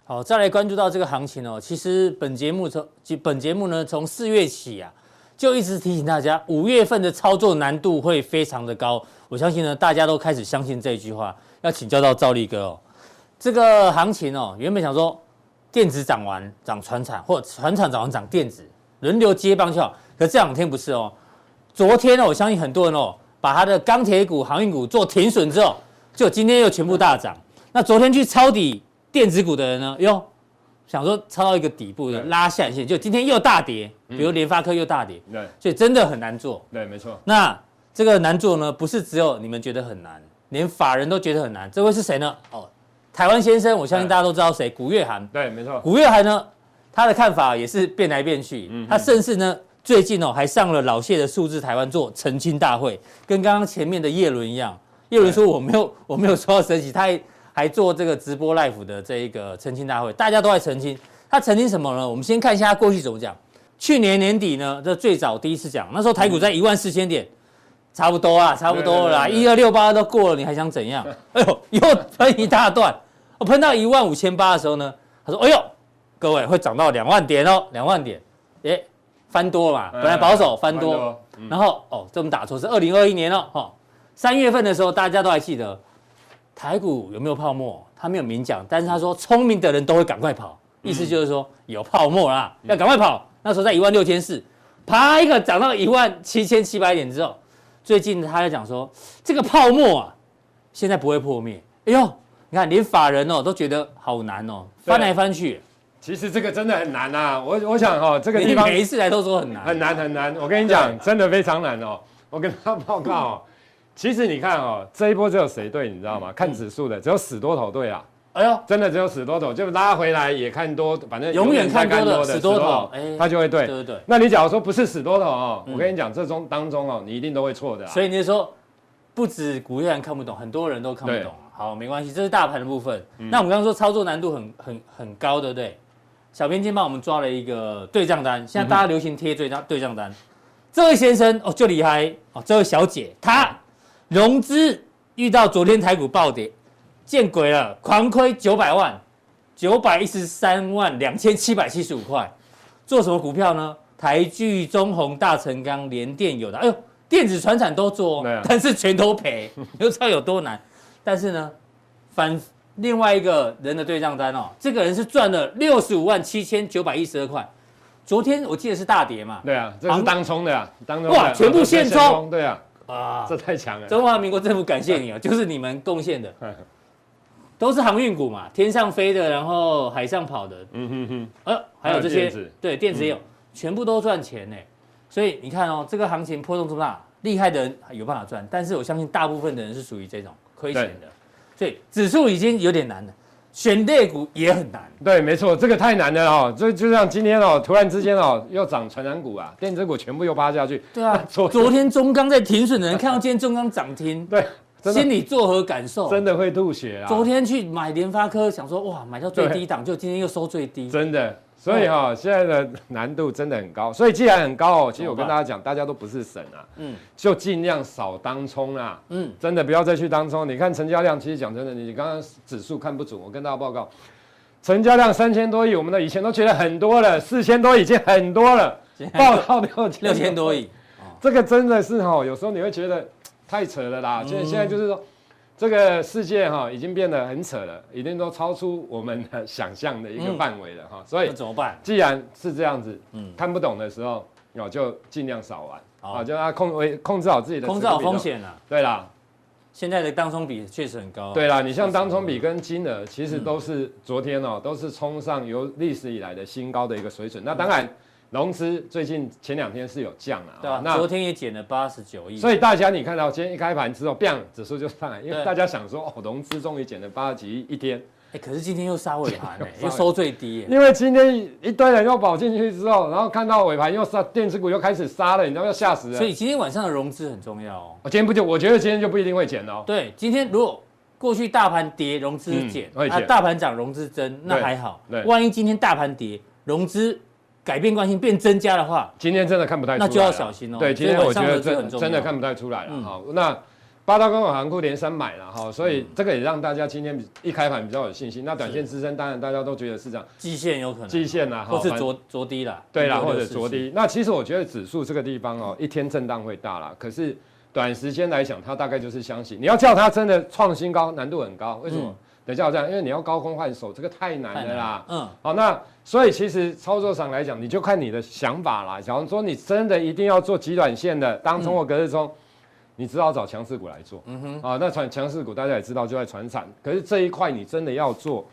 Speaker 1: 好，再来关注到这个行情哦。其实本节目从其本节目呢，从四月起啊，就一直提醒大家，五月份的操作难度会非常的高。我相信呢，大家都开始相信这一句话，要请教到赵力哥哦。这个行情哦，原本想说电子涨完涨船产，或船产涨完涨电子，轮流接棒就好。可这两天不是哦，昨天呢，我相信很多人哦，把他的钢铁股、航运股做停损之后，就今天又全部大涨。那昨天去抄底电子股的人呢，哟，想说抄到一个底部的
Speaker 3: 对
Speaker 1: 拉下影线，就今天又大跌，比如联发科又大跌，
Speaker 3: 对
Speaker 1: 所以真的很难做。
Speaker 3: 对，没错，
Speaker 1: 那这个难做呢，不是只有你们觉得很难，连法人都觉得很难。这位是谁呢？哦，台湾先生，我相信大家都知道谁，古月涵。
Speaker 3: 对没错，
Speaker 1: 古月涵呢，他的看法也是变来变去，
Speaker 3: 嗯
Speaker 1: 他甚至呢。最近哦，还上了老谢的数字台湾做澄清大会，跟刚刚前面的叶伦一样。叶伦说我没有我没有说要升息，他还还做这个直播 live 的这一个澄清大会，大家都在澄清。他澄清什么呢？我们先看一下他过去怎么讲。去年年底呢，这最早第一次讲，那时候台股在一万四千点，差不多啊，差不多了啦，
Speaker 3: 嗯对对
Speaker 1: 一二六八都过了，你还想怎样？哎呦，又喷一大段，我喷到一万五千八的时候呢，他说：“哎呦，各位会涨到两万点哦，两万点，耶，翻多了嘛，本来保守翻多，
Speaker 3: 嗯
Speaker 1: 然后哦，这我们打错是二零二一年哦，哈、三月份的时候大家都还记得，台股有没有泡沫？他没有明讲，但是他说聪明的人都会赶快跑，意思就是说有泡沫啦，要赶快跑。那时候在一万六千四，啪一个涨到一万七千七百点之后，最近他在讲说这个泡沫啊，现在不会破灭。哎呦，你看连法人哦都觉得好难哦，
Speaker 3: 对
Speaker 1: 翻来翻去，
Speaker 3: 其实这个真的很难啊，我我想哦，这个
Speaker 1: 你
Speaker 3: 地方
Speaker 1: 每一次来都说很难，
Speaker 3: 很难很难，我跟你讲，真的非常难哦。我跟他报告哦，其实你看哦，这一波只有谁对，你知
Speaker 1: 嗯
Speaker 3: 道吗？看指数的只有死多头对啊，
Speaker 1: 哎呦，
Speaker 3: 真的只有死多头，就拉回来也看多，反正
Speaker 1: 永远
Speaker 3: 在
Speaker 1: 看多的
Speaker 3: 的
Speaker 1: 死多头哎
Speaker 3: 他就会
Speaker 1: 对
Speaker 3: 对。
Speaker 1: 对对，
Speaker 3: 那你假如说不是死多头哦，我跟你讲，这中当中哦，你一定都会错的啊。
Speaker 1: 所以你就说不止古月兰看不懂，很多人都看不懂。啊好，没关系，这是大盘的部分。那我们刚刚说操作难度很很很高，对不对？小编今天帮我们抓了一个对账单，现在大家流行贴对账对账单。这位先生哦就厉害哦，这位小姐她融资遇到昨天台股暴跌，见鬼了，狂亏九百万，九百一十三万两千七百七十五块，做什么股票呢？台剧、中红、大成钢、联电有的，哎呦，电子、船产都做
Speaker 3: 对
Speaker 1: 哦
Speaker 3: 啊，
Speaker 1: 但是全都赔， 你就知道有多难。但是呢，反另外一个人的对账单哦，这个人是赚了六十五万七千九百一十二块，昨天我记得是大跌嘛，
Speaker 3: 对啊，这是当冲的啊，当冲
Speaker 1: 哇
Speaker 3: 的
Speaker 1: 全部现冲，
Speaker 3: 对啊，
Speaker 1: 啊，
Speaker 3: 这太强了。
Speaker 1: 中华民国政府感谢你哦，就是你们贡献 的，都是航运股嘛，天上飞的，然后海上跑的，
Speaker 3: 嗯哼哼，
Speaker 1: 呃，还有这
Speaker 3: 还
Speaker 1: 些
Speaker 3: 有电子嗯
Speaker 1: 对电子也有，全部都赚钱呢。所以你看哦，这个行情波动这么大，厉害的人有办法赚，但是我相信大部分的人是属于这种亏钱的。所以指数已经有点难了，选类股也很难。
Speaker 3: 对，没错，这个太难了哦。就就像今天哦，突然之间哦，又涨传染股啊，电子股全部又趴下去。
Speaker 1: 对啊，
Speaker 3: 昨
Speaker 1: 昨天中钢在停损的人看到今天中钢涨停，
Speaker 3: 对，真
Speaker 1: 心
Speaker 3: 的
Speaker 1: 里作何感受？
Speaker 3: 真的会吐血啊！
Speaker 1: 昨天去买联发科，想说哇，买到最低档，就今天又收最低。
Speaker 3: 真的，所以哈、现在的难度真的很高。所以既然很高哦，其实我
Speaker 1: 怎么办
Speaker 3: 跟大家讲，大家都不是神啊，
Speaker 1: 嗯
Speaker 3: 嗯，就尽量少当冲啦、啊，
Speaker 1: 嗯
Speaker 3: 嗯，真的不要再去当冲。你看成交量，其实讲真的，你刚刚指数看不准，我跟大家报告，成交量三千多亿，我们的以前都觉得很多了，四千多已经很多了，报到六千
Speaker 1: 六千多亿，
Speaker 3: 这个真的是哈、有时候你会觉得太扯了啦。
Speaker 1: 嗯
Speaker 3: 现在现在就是说，这个世界哈、已经变得很扯了，已经都超出我们的想象的一个
Speaker 1: 嗯
Speaker 3: 范围了哈、所以
Speaker 1: 那怎么办？
Speaker 3: 既然是这样子，
Speaker 1: 嗯
Speaker 3: 嗯，看不懂的时候，哦，就尽量少玩，
Speaker 1: 好
Speaker 3: 啊，就让它控为控制好自己的
Speaker 1: 控制好
Speaker 3: 持股比重
Speaker 1: 风。险了。
Speaker 3: 对啦，
Speaker 1: 现在的当冲比确实很高。啊
Speaker 3: 对啦，你像当冲比跟金额，其实都
Speaker 1: 嗯
Speaker 3: 是昨天哦，都是冲上由历史以来的新高的一个水准。那当然，融资最近前两天是有降了、
Speaker 1: 嗯对啊，
Speaker 3: 那
Speaker 1: 昨天也减了八十九亿，
Speaker 3: 所以大家你看到今天一开盘之后，b a n g 指数就上来，因
Speaker 1: 对
Speaker 3: 为大家想说哦，融资终于减了八十几亿一天，
Speaker 1: 哎，可是今天又杀尾盘哎，
Speaker 3: 杀尾
Speaker 1: 又收最低耶。
Speaker 3: 因为今天一堆人又跑进去之后，然后看到尾盘又杀，电子股又开始杀了，你知道要吓死人。
Speaker 1: 所以今天晚上的融资很重要哦。
Speaker 3: 我今天不就，我觉得今天就不一定会减了哦。
Speaker 1: 对，今天如果过去大盘跌，融资
Speaker 3: 嗯
Speaker 1: 减；
Speaker 3: 会
Speaker 1: 啊，
Speaker 3: 减
Speaker 1: 大盘涨，融资增，那
Speaker 3: 对
Speaker 1: 还好
Speaker 3: 对。
Speaker 1: 万一今天大盘跌，融资改变惯性变增加的话，
Speaker 3: 今天真的看不太出来了，
Speaker 1: 那就要小心哦
Speaker 3: 对，今天
Speaker 1: 所以
Speaker 3: 我
Speaker 1: 晚
Speaker 3: 觉
Speaker 1: 上的
Speaker 3: 得
Speaker 1: 这个很
Speaker 3: 真
Speaker 1: 重要
Speaker 3: 真的看不太出来了
Speaker 1: 嗯
Speaker 3: 哈。那八大公有行库连三买了哈，所以这个也让大家今天比一开盘比较有信心。那短线支撑，当然大家都觉得是这样，
Speaker 1: 季线有可能
Speaker 3: 季线啦，
Speaker 1: 嗯或
Speaker 3: 哈，
Speaker 1: 是
Speaker 3: 反
Speaker 1: 着着低啦。
Speaker 3: 对啦，
Speaker 1: 16
Speaker 3: 或者着。低。那其实我觉得指数这个地方哦，一天震荡会大啦，可是短时间来讲，它大概就是相信你要叫它真的创新高，难度很高。为什么
Speaker 1: 嗯？
Speaker 3: 等一下我这样，因为你要高空换手，这个太难
Speaker 1: 看
Speaker 3: 了啦。哦
Speaker 1: 嗯，
Speaker 3: 好，那所以其实操作上来讲，你就看你的想法啦。假如说你真的一定要做极短线的，
Speaker 1: 嗯
Speaker 3: 当中或隔日中，你只好找强势股来做。嗯哼，啊，那传强势股大家也知道就在传产，可是这一块你真的要做，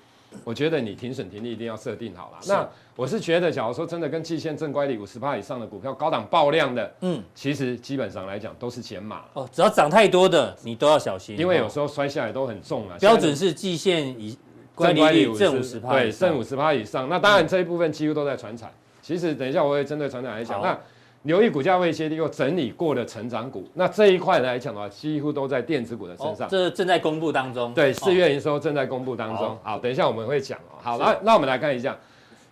Speaker 3: 我觉得你停损停利一定要设定好啦。
Speaker 1: 是
Speaker 3: 那我是觉得，假如说真的跟季线正乖离五十趴以上的股票，高档爆量的，
Speaker 1: 嗯
Speaker 3: 嗯，其实基本上来讲都是减码了，
Speaker 1: 哦，只要涨太多的，你都要小心，
Speaker 3: 因为有
Speaker 1: 哦
Speaker 3: 时候摔下来都很重啊。
Speaker 1: 标准是季线以乖离率正五十趴，嗯
Speaker 3: 对，正五十趴以上。那当然这一部分几乎都在传产。其实等一下我会针对传产来讲，
Speaker 1: 好
Speaker 3: 那留意股价位阶低又整理过的成长股，那这一块来讲的话，几乎都在电子股的身
Speaker 1: 哦
Speaker 3: 上。
Speaker 1: 这正在公布当中。
Speaker 3: 对，
Speaker 1: 哦
Speaker 3: 四月营收正在公布当中
Speaker 1: 好。
Speaker 3: 好，等一下我们会讲哦。好，
Speaker 1: 是
Speaker 3: 那那我们来看一下，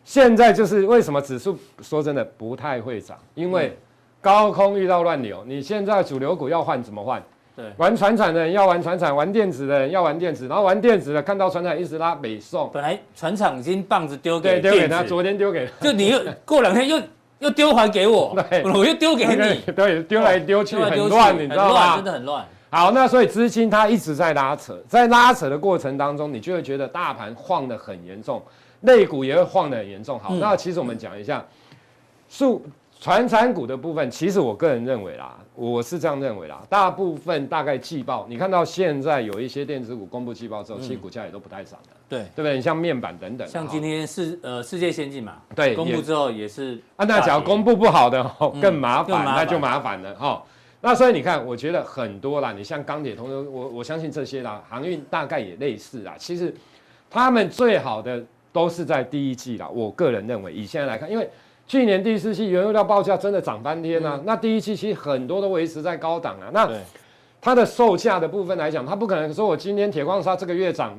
Speaker 3: 现在就是为什么指数说真的不太会涨，因
Speaker 1: 嗯
Speaker 3: 为高空遇到乱流，你现在主流股要换怎么换？
Speaker 1: 对
Speaker 3: 玩船产的人要玩船产，玩电子的人要玩电子，然后玩电子的看到船产一直拉北送，
Speaker 1: 本来船厂已经棒子丢
Speaker 3: 对，
Speaker 1: 给
Speaker 3: 丢给
Speaker 1: 电
Speaker 3: 他，
Speaker 1: 子
Speaker 3: 昨天丢给他，
Speaker 1: 就你 又过两天又又丢还给我，
Speaker 3: 对
Speaker 1: 我又丢 给你，
Speaker 3: 对，丢来丢去，
Speaker 1: 丢来丢
Speaker 3: 很
Speaker 1: 去
Speaker 3: 乱，你知道
Speaker 1: 很乱真
Speaker 3: 吗？
Speaker 1: 的很乱。
Speaker 3: 好，那所以资金它一直在拉扯，在拉扯的过程当中，你就会觉得大盘晃得很严重，类股也会晃得很严重。好，
Speaker 1: 嗯
Speaker 3: 那其实我们讲一下，数传产股的部分，其实我个人认为啦，我是这样认为啦，大部分大概季报，你看到现在有一些电子股公布季报之后，其实股价也都不太涨的，
Speaker 1: 嗯对，
Speaker 3: 对不对？你像面板等等，
Speaker 1: 像
Speaker 3: 哈
Speaker 1: 今天世呃世界先进嘛，
Speaker 3: 对
Speaker 1: 公
Speaker 3: 也
Speaker 1: 布之后也是
Speaker 3: 啊，那假如公布不好的哦
Speaker 1: 嗯，
Speaker 3: 更麻
Speaker 1: 更
Speaker 3: 烦，
Speaker 1: 麻烦
Speaker 3: 那就麻烦了哈、哦。那所以你看，我觉得很多啦，你像钢铁、通通，我我相信这些啦，航运大概也类似啦。其实他们最好的都是在第一季啦，我个人认为，以现在来看，因为去年第四季原油料报价真的涨翻天啊，那第一季其实很多都维持在高档啊，那
Speaker 1: 对
Speaker 3: 它的售价的部分来讲，它不可能说我今天铁矿砂这个月涨，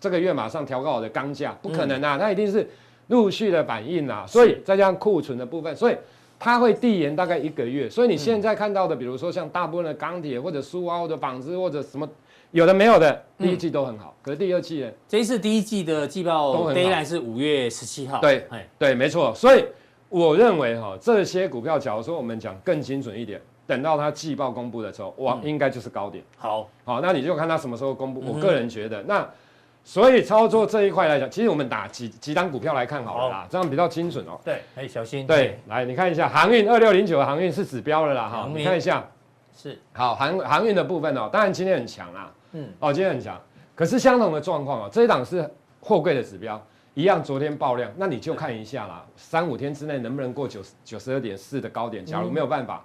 Speaker 3: 这个月马上调高我的钢价，不可能啊，它一定是陆续的反应啊。所以再加上库存的部分，所以它会递延大概一个月。所以你现在看到的，比如说像大部分的钢铁或者苏澳的纺织或者什么有的没有的，
Speaker 1: 嗯
Speaker 3: 第一季都很好，可是第二季呢？
Speaker 1: 这一次第一季的季报
Speaker 3: 都很好
Speaker 1: deadline 是五月十七号，
Speaker 3: 对
Speaker 1: 哎
Speaker 3: 对，没错。所以我认为哈、这些股票，假如说我们讲更精准一点，等到它季报公布的时候，哇，应该就是高点。
Speaker 1: 好，
Speaker 3: 好，那你就看它什么时候
Speaker 1: 嗯
Speaker 3: 公布。我个人觉得，那所以操作这一块来讲，其实我们打几几档股票来看好了啦，这样比较精准哦。
Speaker 1: 对，哎小心，
Speaker 3: 对，来你看一下航运二六零九的航运是指标了啦哈
Speaker 1: 航，运
Speaker 3: 你看一下，
Speaker 1: 是
Speaker 3: 好航航运的部分哦，当然今天很强啦，
Speaker 1: 嗯
Speaker 3: 嗯，哦今天很强，可是相同的状况哦，这一档是货柜的指标，一样昨天爆量，那你就看一下啦，三五天之内能不能过九九十二点四的高点，假
Speaker 1: 嗯
Speaker 3: 如没有办法，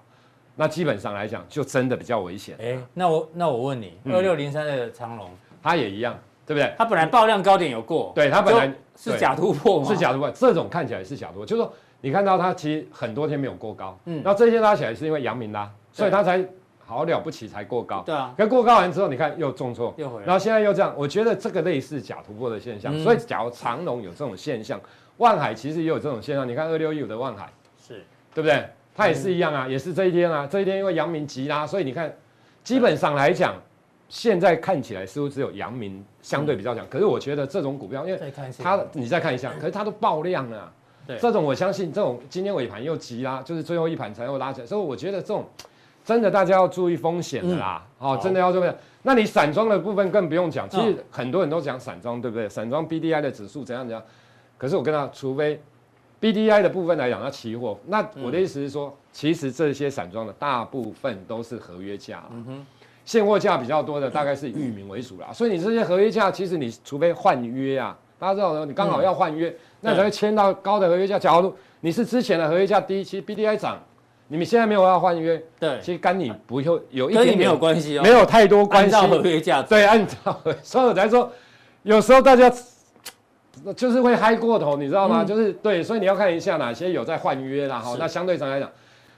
Speaker 3: 那基本上来讲就真的比较危险，
Speaker 1: 哎，那我那我问你，
Speaker 3: 嗯
Speaker 1: 二六零三的长龙，
Speaker 3: 它也一样，对不对？
Speaker 1: 它本来爆量高点有过，
Speaker 3: 对它本来
Speaker 1: 就是
Speaker 3: 对
Speaker 1: 假突破嘛，
Speaker 3: 是假突破，这种看起来是假突破，就是说你看到它其实很多天没有过高，
Speaker 1: 嗯
Speaker 3: 嗯，那这一天拉起来是因为阳明拉，
Speaker 1: 对
Speaker 3: 所以它才好了不起才过高，
Speaker 1: 对啊，
Speaker 3: 可过高完之后你看又重挫，
Speaker 1: 又回来
Speaker 3: 然后现在又这样，我觉得这个类似假突破的现象，
Speaker 1: 啊嗯
Speaker 3: 所以假如长隆有这种现象，万海其实也有这种现象，你看二六一五的万海，
Speaker 1: 是嗯
Speaker 3: 对不对？它也是一样啊，也是这一天啊，这一天因为阳明急拉，所以你看，基本上来
Speaker 1: 嗯
Speaker 3: 讲。现在看起来似乎只有阳明相对比较强，
Speaker 1: 嗯
Speaker 3: 可是我觉得这种股票，因为
Speaker 1: 再看一下嗯
Speaker 3: 它你再看一下，可是它都爆量了啊、
Speaker 1: 对
Speaker 3: 这种我相信，这种今天尾盘又急啦，就是最后一盘才又拉起来，所以我觉得这种真的大家要注意风险的啦，
Speaker 1: 嗯好
Speaker 3: 哦，真的要注意。那你散装的部分更不用讲，其
Speaker 1: 嗯
Speaker 3: 实很多人都讲散装，对不对？散装 B D I 的指数怎样怎样，可是我跟他，除非 B D I 的部分来讲，它期货，那我的意思是说，其实这些散装的大部分都是合约价啦，
Speaker 1: 嗯哼
Speaker 3: 现货价比较多的大概是以域名为主啦。所以你这些合约价，其实你除非换约啊，大家知道你刚好要换
Speaker 1: 嗯
Speaker 3: 约，那才会签到高的合约价。假如你是之前的合约价低，其实 BDI 涨，你们现在没有要换约，
Speaker 1: 对，
Speaker 3: 其实跟你不用有一
Speaker 1: 跟你
Speaker 3: 点
Speaker 1: 没
Speaker 3: 点
Speaker 1: 有关系哦，
Speaker 3: 没有太多关
Speaker 1: 按
Speaker 3: 系。
Speaker 1: 照合约价值，
Speaker 3: 对，按照，所以我才说，有时候大家就是会嗨过头，你知道吗？就是对，所以你要看一下哪些有在换约啦。哈
Speaker 1: 嗯是，
Speaker 3: 那相对上来讲，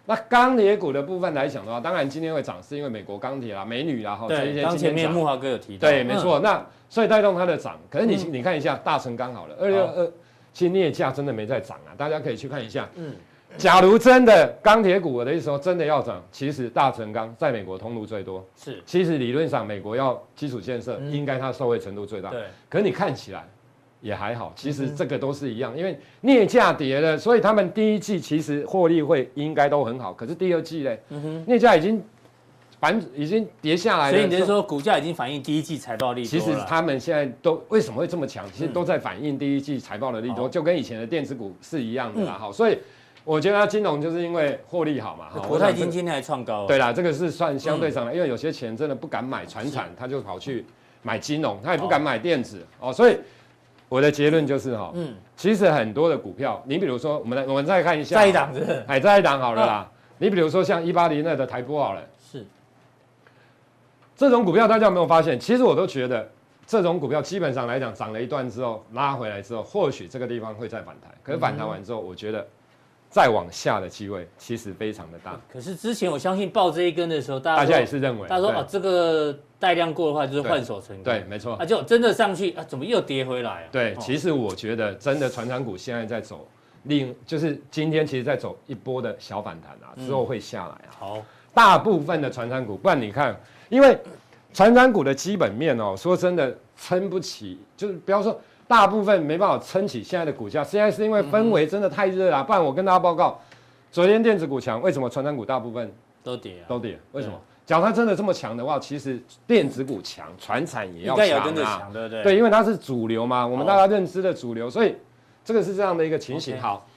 Speaker 3: 那钢铁股的部分来讲的话，当然今天会涨，是因为美国钢铁啦、美女啦，哈，这
Speaker 1: 对，
Speaker 3: 一些
Speaker 1: 刚前
Speaker 3: 今天
Speaker 1: 面
Speaker 3: 涨
Speaker 1: 木华哥有提到，
Speaker 3: 对，没
Speaker 1: 嗯，
Speaker 3: 错。那所以带动它的涨，可是你、你看一下大成钢好了，二六二，其实镍价真的没在涨啊，大家可以去看一下。
Speaker 1: 嗯
Speaker 3: 嗯，假如真的钢铁股，我的意思说真的要涨，其实大成钢在美国通路最多。
Speaker 1: 是，
Speaker 3: 其实理论上，美国要基础建设，
Speaker 1: 嗯
Speaker 3: 应该它受惠程度最大。
Speaker 1: 对，嗯
Speaker 3: 可你看起来也还好，其实这个都是一样，因为镍价跌了，所以他们第一季其实获利会应该都很好，可是第二季嘞，
Speaker 1: 嗯哼，
Speaker 3: 镍价已经反已经跌下来了。
Speaker 1: 所以你就是说股价已经反映第一季财报利多
Speaker 3: 哎其
Speaker 1: 了，
Speaker 3: 实他们现在都为什么会这么强？其实
Speaker 1: 嗯哦
Speaker 3: 都在反映第一季财报的利
Speaker 1: 好
Speaker 3: 多，就跟以前的电子股是一样的啦。
Speaker 1: 嗯
Speaker 3: 好，所以我觉得它金融就是因为获利好嘛，哈，
Speaker 1: 国
Speaker 3: 我想
Speaker 1: 泰
Speaker 3: 这
Speaker 1: 金今天还创高哦，嗯
Speaker 3: 对啦，这个是算相对上来，因为有些钱真的不敢买船产，他就跑去买金融，他也不敢买电子哦，所以我的结论就是哈，
Speaker 1: 嗯，
Speaker 3: 其实很多的股票，你比如说我们来我们再看一下，
Speaker 1: 下一，档嗯子
Speaker 3: 哎，再一档好了啦，你比如说像一八零二的台波好了，
Speaker 1: 是
Speaker 3: 这种股票大家有没有发现？其实我都觉得这种股票基本上来讲，涨了一段之后拉回来之后，或许这个地方会再反弹，可是反弹完之后，我觉得再往下的机会其实非常的大，
Speaker 1: 可是之前我相信报这一根的时候，嗯大家
Speaker 3: 大家
Speaker 1: 说
Speaker 3: 也，是认为，
Speaker 1: 大家说
Speaker 3: 对
Speaker 1: 哦，这个带量过的话就是换手成功，
Speaker 3: 对，，没错
Speaker 1: 啊，。就真的上去啊，怎么又跌回来啊？
Speaker 3: 对，
Speaker 1: 哦
Speaker 3: 其实我觉得真的传长股现在在走另就是今天其实在走一波的小反弹
Speaker 1: 嗯
Speaker 3: 啊，之后会下来啊。
Speaker 1: 好，
Speaker 3: 大部分的传长股，不然你看，因为传长股的基本面哦，说真的撑不起，就是不要说大部分没办法撑起现在的股价，现在是因为氛围真的太热
Speaker 1: 嗯
Speaker 3: 了啊、不然我跟大家报告，昨天电子股强，为什么传长股大部分
Speaker 1: 都跌啊，
Speaker 3: 都跌？为什么
Speaker 1: 对？
Speaker 3: 假如它真的这么强的话，其实电子股强，传产也
Speaker 1: 应
Speaker 3: 要
Speaker 1: 该也
Speaker 3: 强
Speaker 1: 要跟着
Speaker 3: 啊。
Speaker 1: 强，对不对？
Speaker 3: 对，，因为它是主流嘛，我们大家认知的主流，所以这个是这样的一个情形。
Speaker 1: OK
Speaker 3: 好，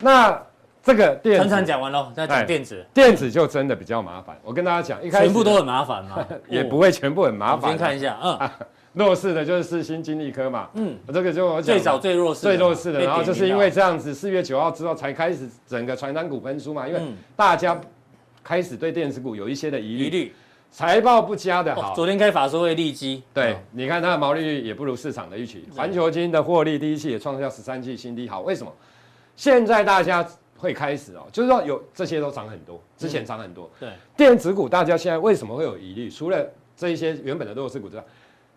Speaker 3: 那这个电
Speaker 1: 船产
Speaker 3: 子
Speaker 1: 讲完了，再讲电子，
Speaker 3: 电子就真的比较麻烦。我跟大家讲，一开始，
Speaker 1: 全部都很麻烦嘛
Speaker 3: 也不会全部很麻
Speaker 1: 我们
Speaker 3: 烦
Speaker 1: 先
Speaker 3: 啊。
Speaker 1: 看一下，嗯
Speaker 3: 弱势的就是四星精力科嘛，啊
Speaker 1: 嗯，
Speaker 3: 这个就我讲
Speaker 1: 最
Speaker 3: 的
Speaker 1: 早最弱势的嘛，
Speaker 3: 最弱势的，
Speaker 1: 被
Speaker 3: 然后
Speaker 1: 点
Speaker 3: 就
Speaker 1: 名
Speaker 3: 是因
Speaker 1: 到
Speaker 3: 为这样子，四月九号之后才开始整个传单股喷出嘛，因为
Speaker 1: 嗯
Speaker 3: 大家开始对电子股有一些的疑
Speaker 1: 疑
Speaker 3: 虑，
Speaker 1: 虑，
Speaker 3: 财报不佳的
Speaker 1: 哦
Speaker 3: 好，
Speaker 1: 昨天开法说会利基，嗯
Speaker 3: 对，你看它的毛利率也不如市场的预期，环球金的获利第一季也创下十三季新低。好，为什么？现在大家会开始哦，就是说有这些都涨很多，之前涨很多。
Speaker 1: 对，
Speaker 3: 电子股大家现在为什么会有疑虑？除了这一些原本的弱势股之外，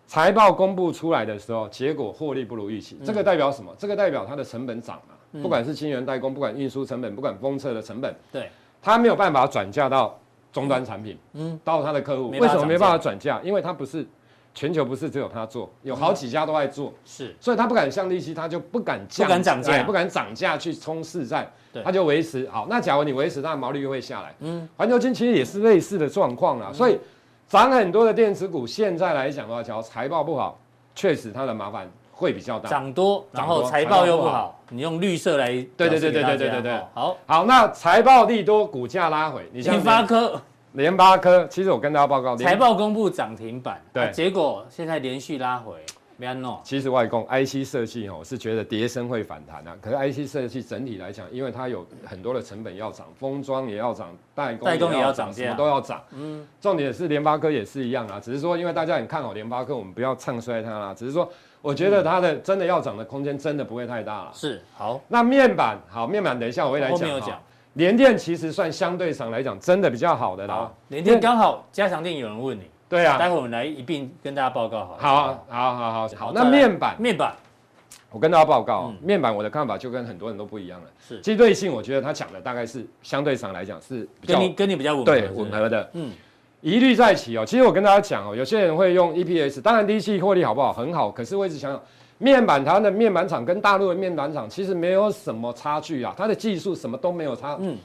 Speaker 3: 财报公布出来的时候，结果获利不如预期，这个代表什么？这个代表它的成本涨了、不管是晶圆代工，不管运输成本，不管封测的成本，
Speaker 1: 对，
Speaker 3: 它没有办法转嫁到终端产品，
Speaker 1: 嗯
Speaker 3: 嗯，到它的客户。
Speaker 1: 没
Speaker 3: 为
Speaker 1: 办法
Speaker 3: 什么没办法转嫁？因为它不是全球不是只有它做，有好几家都在做，
Speaker 1: 是
Speaker 3: 所以它不敢像利息，它就不敢降，
Speaker 1: 不敢涨价
Speaker 3: 哎不敢涨价去冲市占
Speaker 1: 对，
Speaker 3: 它就维持好。那假如你维持，它的毛利率会下来。嗯，环球金其实也是类似的状况
Speaker 1: 嗯
Speaker 3: 啊，所以涨很多的电子股，现在来讲的话，假如财报不好，确实它的麻烦会比较大。
Speaker 1: 涨多，然后
Speaker 3: 涨多
Speaker 1: 财报又不
Speaker 3: 财报
Speaker 1: 好，你用绿色来表
Speaker 3: 对对
Speaker 1: 示
Speaker 3: 对
Speaker 1: 给大
Speaker 3: 对对
Speaker 1: 家
Speaker 3: 对对
Speaker 1: 哦好，
Speaker 3: 好，那财报利多，股价拉回，你像
Speaker 1: 联发科
Speaker 3: 联发科，其实我跟大家报告，联
Speaker 1: 财报公布涨停板，
Speaker 3: 对
Speaker 1: 啊结果现在连续拉回，没安弄，
Speaker 3: 其实外供 IC 设计哦，是觉得跌升会反弹啊。可是 IC 设计整体来讲，因为它有很多的成本要涨，封装也要涨，代工
Speaker 1: 代工也要涨啊
Speaker 3: 什么
Speaker 1: 价
Speaker 3: 都要涨。嗯，重点是联发科也是一样啊，只是说因为大家很看好联发科，我们不要唱衰它啦。只是说，我觉得它的真的要涨的空间真的不会太大了。
Speaker 1: 是好，
Speaker 3: 那面板好，面板等一下我会来
Speaker 1: 后
Speaker 3: 讲。
Speaker 1: 面有
Speaker 3: 哈
Speaker 1: 讲，
Speaker 3: 联电其实算相对上来讲真的比较好的啦
Speaker 1: 好。，连天刚好加强店有人问你，
Speaker 3: 对啊，
Speaker 1: 待会我们来一并跟大家报告好了，
Speaker 3: 好啊好好好
Speaker 1: 再
Speaker 3: 好，那
Speaker 1: 来
Speaker 3: 面板。
Speaker 1: 面板
Speaker 3: 我跟大家报告、
Speaker 1: 嗯
Speaker 3: 面板我的看法就跟很多人都不一样了。
Speaker 1: 是
Speaker 3: 其实对性，我觉得他讲的大概是相对上来讲是比较
Speaker 1: 跟你跟你比较吻合，
Speaker 3: 对
Speaker 1: 是不是
Speaker 3: 吻，合的，
Speaker 1: 嗯，
Speaker 3: 疑虑在起哦。其实我跟大家讲哦，有些人会用 EPS，当然第一季获利好不好很好，可是我一直想想，面板台湾的面板厂跟大陆的面板厂其实没有什么差距啊，它的技术什么都没有差。
Speaker 1: 嗯
Speaker 3: 嗯，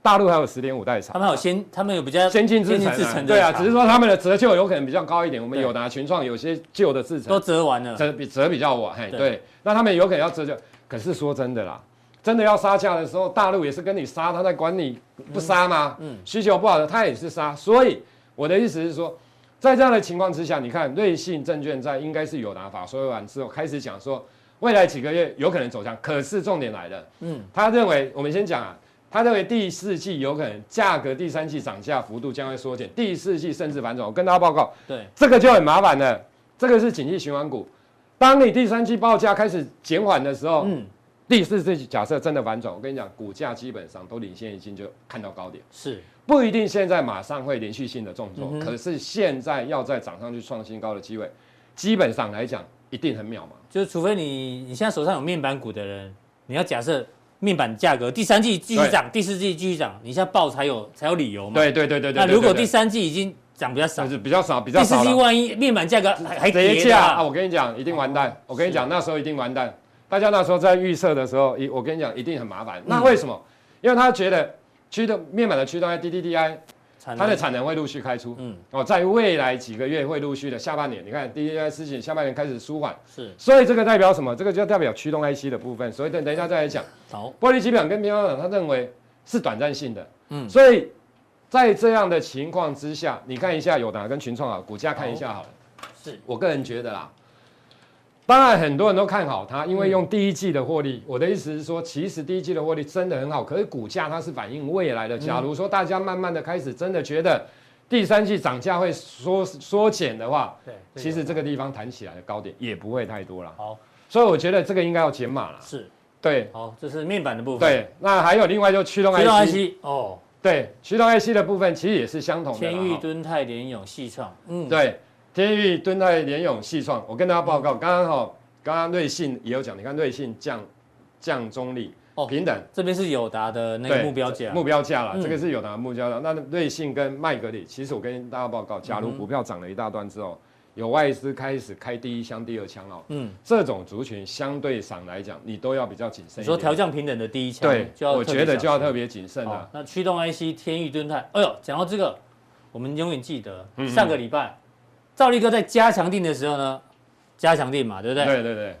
Speaker 3: 大陆还有十点五代厂，
Speaker 1: 他们有先，他们有比较
Speaker 3: 先进制程啊、
Speaker 1: 的
Speaker 3: 对啊，
Speaker 1: 厂
Speaker 3: 只是说他们的折旧有可能比较高一点。我们
Speaker 1: 对
Speaker 3: 有拿群创有些旧的制程
Speaker 1: 都折完了，
Speaker 3: 折比折比较晚，嘿，
Speaker 1: 对
Speaker 3: 对，那他们有可能要折旧。可是说真的啦，真的要杀价的时
Speaker 1: 嗯
Speaker 3: 候，大陆也是跟你杀，他在管你不杀吗？嗯，需求不好的他也是杀，所以我的意思是说，在这样的情况之下，你看瑞信证券在应该是有拿法说完之后，开始讲说未来几个月有可能走向，可是重点来了，嗯，他认为我们先讲啊。他认为第四季有可能价格第三季涨价幅度将会缩减，第四季甚至反转。我跟大家报告，
Speaker 1: 对，
Speaker 3: 这个就很麻烦了。这个是景气循环股，当你第三季报价开始减缓的时候，
Speaker 1: 嗯，
Speaker 3: 第四季假设真的反转，我跟你讲，股价基本上都领先已经就看到高点，
Speaker 1: 是，
Speaker 3: 不一定现在马上会连续性的重挫，
Speaker 1: 嗯哼
Speaker 3: 可是现在要再涨上去创新高的机会，基本上来讲一定很渺茫。
Speaker 1: 就是除非你你现在手上有面板股的人，你要假设面板价格第三季继续涨，第四季继续涨，你现在报才有才有理由嘛。
Speaker 3: 对对对对对
Speaker 1: 那
Speaker 3: 对
Speaker 1: 如果
Speaker 3: 对对
Speaker 1: 第三季已经涨比较少
Speaker 3: 就，是比较少，比较
Speaker 1: 第四
Speaker 3: 少
Speaker 1: 季
Speaker 3: 了。
Speaker 1: 万一面板价格还还
Speaker 3: 直接
Speaker 1: 跌的
Speaker 3: 价
Speaker 1: 啊
Speaker 3: 啊！我跟你讲，一定完蛋。我跟你讲，那时候一定完蛋。大家那时候在预测的时候，一我跟你讲，一定很麻烦。那为什么？因为他觉得驱动面板的驱动 I D D D I，
Speaker 1: 产
Speaker 3: 它的
Speaker 1: 能
Speaker 3: 产能会陆续开出。
Speaker 1: 嗯
Speaker 3: 嗯，哦，在未来几个月会陆续的下半年，你看 D D I 事情下半年开始舒缓，
Speaker 1: 是
Speaker 3: 所以这个代表什么？这个就代表驱动 I C 的部分。所以等等一下再来讲。
Speaker 1: 好，
Speaker 3: 玻璃基本跟平方厂，他认为是短暂性的，
Speaker 1: 嗯
Speaker 3: 嗯，所以在这样的情况之下，你看一下友达跟群创啊，股价看一下好了。
Speaker 1: 是
Speaker 3: 我个人觉得啦，当然很多人都看好它，
Speaker 1: 嗯
Speaker 3: 因为用第一季的获利。我的意思是说，其实第一季的获利真的很好，可是股价它是反映未来的。假如说大家慢慢的开始真的觉得第三季涨价会缩缩减的话，
Speaker 1: 对，啊
Speaker 3: 其实这个地方弹起来的高点也不会太多啦。
Speaker 1: 好
Speaker 3: 所以我觉得这个应该要减码啦。
Speaker 1: 是
Speaker 3: 对
Speaker 1: 好，这是面板的部分。
Speaker 3: 对，那还有另外就驱动
Speaker 1: 驱动
Speaker 3: IC，,
Speaker 1: IC 哦，
Speaker 3: 对驱动 IC 的部分其实也是相同的啦。
Speaker 1: 天域、
Speaker 3: 哈
Speaker 1: 敦泰、联咏、细创，嗯，
Speaker 3: 对，天域、敦泰、联咏、细创，我跟大家报告，刚刚好，刚刚瑞信也有讲，你看瑞信降降中立，
Speaker 1: 哦
Speaker 3: 平等
Speaker 1: 这边是友达的那个
Speaker 3: 对
Speaker 1: 目标价，
Speaker 3: 目标价了，
Speaker 1: 嗯
Speaker 3: 这个是有拿目标价。那瑞信跟麦格里，其实我跟大家报告，假如
Speaker 1: 嗯
Speaker 3: 股票涨了一大段之后，有外资开始开第一枪、第二枪了，
Speaker 1: 嗯，
Speaker 3: 这种族群相对上来讲，你都要比较谨慎
Speaker 1: 你
Speaker 3: 一
Speaker 1: 说
Speaker 3: 点。
Speaker 1: 调降平等的第一枪，
Speaker 3: 对，
Speaker 1: 就要
Speaker 3: 我觉得就要
Speaker 1: 特别小心哦
Speaker 3: 特别谨慎啊
Speaker 1: 好
Speaker 3: 了。，
Speaker 1: 那驱动 IC 天域敦泰，哎呦，讲到这个，我们永远记得
Speaker 3: 嗯
Speaker 1: 上个礼拜赵力哥在加强定的时候呢，加强定嘛，对不对？
Speaker 3: 对对对，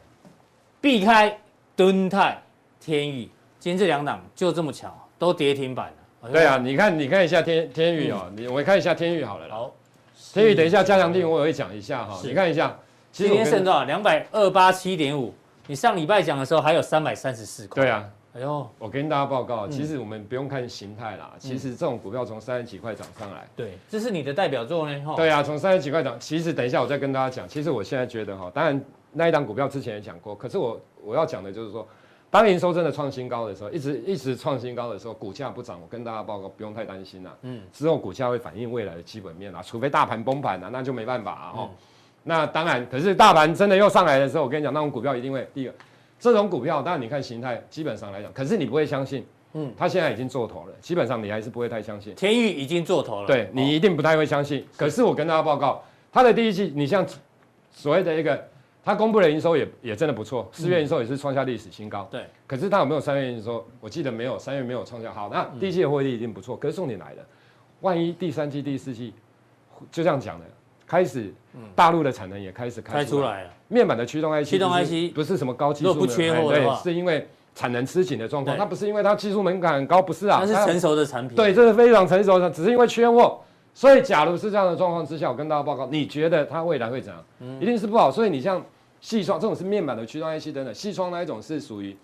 Speaker 1: 避开敦泰、天域，今天这两档就这么巧，都跌停板了。哎
Speaker 3: 对啊，你看你看一下天天域
Speaker 1: 嗯
Speaker 3: 哦，你我看一下天域好了
Speaker 1: 哎呦，
Speaker 3: 啦。
Speaker 1: 好，
Speaker 3: 天宇，等一下加强定我也会讲一下哈，
Speaker 1: 是
Speaker 3: 你看一下，
Speaker 1: 今天
Speaker 3: 我
Speaker 1: 剩
Speaker 3: 跟
Speaker 1: 多少？两百二八七点五。你上礼拜讲的时候还有三百三十四块。
Speaker 3: 对，啊，
Speaker 1: 哎呦，
Speaker 3: 我跟大家报告，其
Speaker 1: 嗯
Speaker 3: 实我们不用看形态啦，其实这种股票从三十几块涨上来，
Speaker 1: 对，这是你的代表作呢，哈。
Speaker 3: 对啊，从三十几块涨，其实等一下我再跟大家讲，其实我现在觉得哈，当然那一档股票之前也讲过，可是我我要讲的就是说，当营收真的创新高的时候，一直一直创新高的时候，股价不涨，我跟大家报告不用太担心啦，
Speaker 1: 嗯
Speaker 3: 嗯，之后股价会反映未来的基本面啦，除非大盘崩盘啦，那就没办法啊，哈、
Speaker 1: 嗯
Speaker 3: 那当然，可是大盘真的又上来的时候，我跟你讲，那种股票一定会第一个，这种股票当然你看形态，基本上来讲，可是你不会相信，
Speaker 1: 嗯
Speaker 3: 嗯，它现在已经做头了，基本上你还是不会太相信，
Speaker 1: 天域已经做头了。
Speaker 3: 对你一定不太会相信。可是我跟大家报告，它的第一季，你像所谓的一个，它公布的营收也也真的不错，四月营收也是创下历史新高，
Speaker 1: 嗯对，
Speaker 3: 可是它有没有三月营收？我记得没有，三月没有创下。好，那
Speaker 1: 嗯
Speaker 3: 第一季的获利一定不错。可是重点来了，万一第三季、第四季就这样讲的，开始大陆的产能也开始
Speaker 1: 嗯开
Speaker 3: 开
Speaker 1: 出
Speaker 3: 出来，
Speaker 1: 来了。
Speaker 3: 面板的驱动 IC，
Speaker 1: 驱动
Speaker 3: 不是
Speaker 1: IC
Speaker 3: 不是什么高技
Speaker 1: 如
Speaker 3: 术
Speaker 1: 果
Speaker 3: 门
Speaker 1: 不
Speaker 3: 槛，
Speaker 1: 缺货的话
Speaker 3: 对，是因为产能吃紧的状况。
Speaker 1: 对
Speaker 3: 它不是因为它技术门槛很高，不是啊，
Speaker 1: 它是
Speaker 3: 它
Speaker 1: 成熟的产品。
Speaker 3: 对，这是非常成熟的，只是因为缺货。所以，假如是这样的状况之下，我跟大家报告，你觉得它未来会怎样？一定是不好。所以，你像细创这种是面板的驱动 IC 等等，细创那一种是属于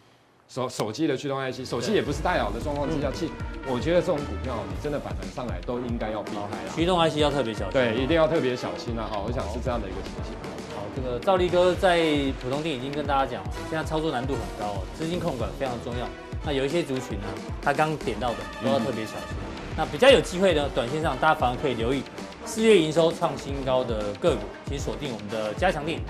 Speaker 3: 手手机的驱动 IC，手机也不是太好的状况之下，其实我觉得这种股票你真的反弹上来都应该要避开啦。
Speaker 1: 驱动 IC 要特别小心。
Speaker 3: 对，一定要特别小心啦。哈，我想是这样的一个情形。
Speaker 1: 好，这个赵力哥在普通店已经跟大家讲，现在操作难度很高哦，资金控管非常重要。那有一些族群呢，啊他刚点到的都要特别小心。那比较有机会呢，短线上大家反而可以留意四月营收创新高的个股，请锁定我们的加强店。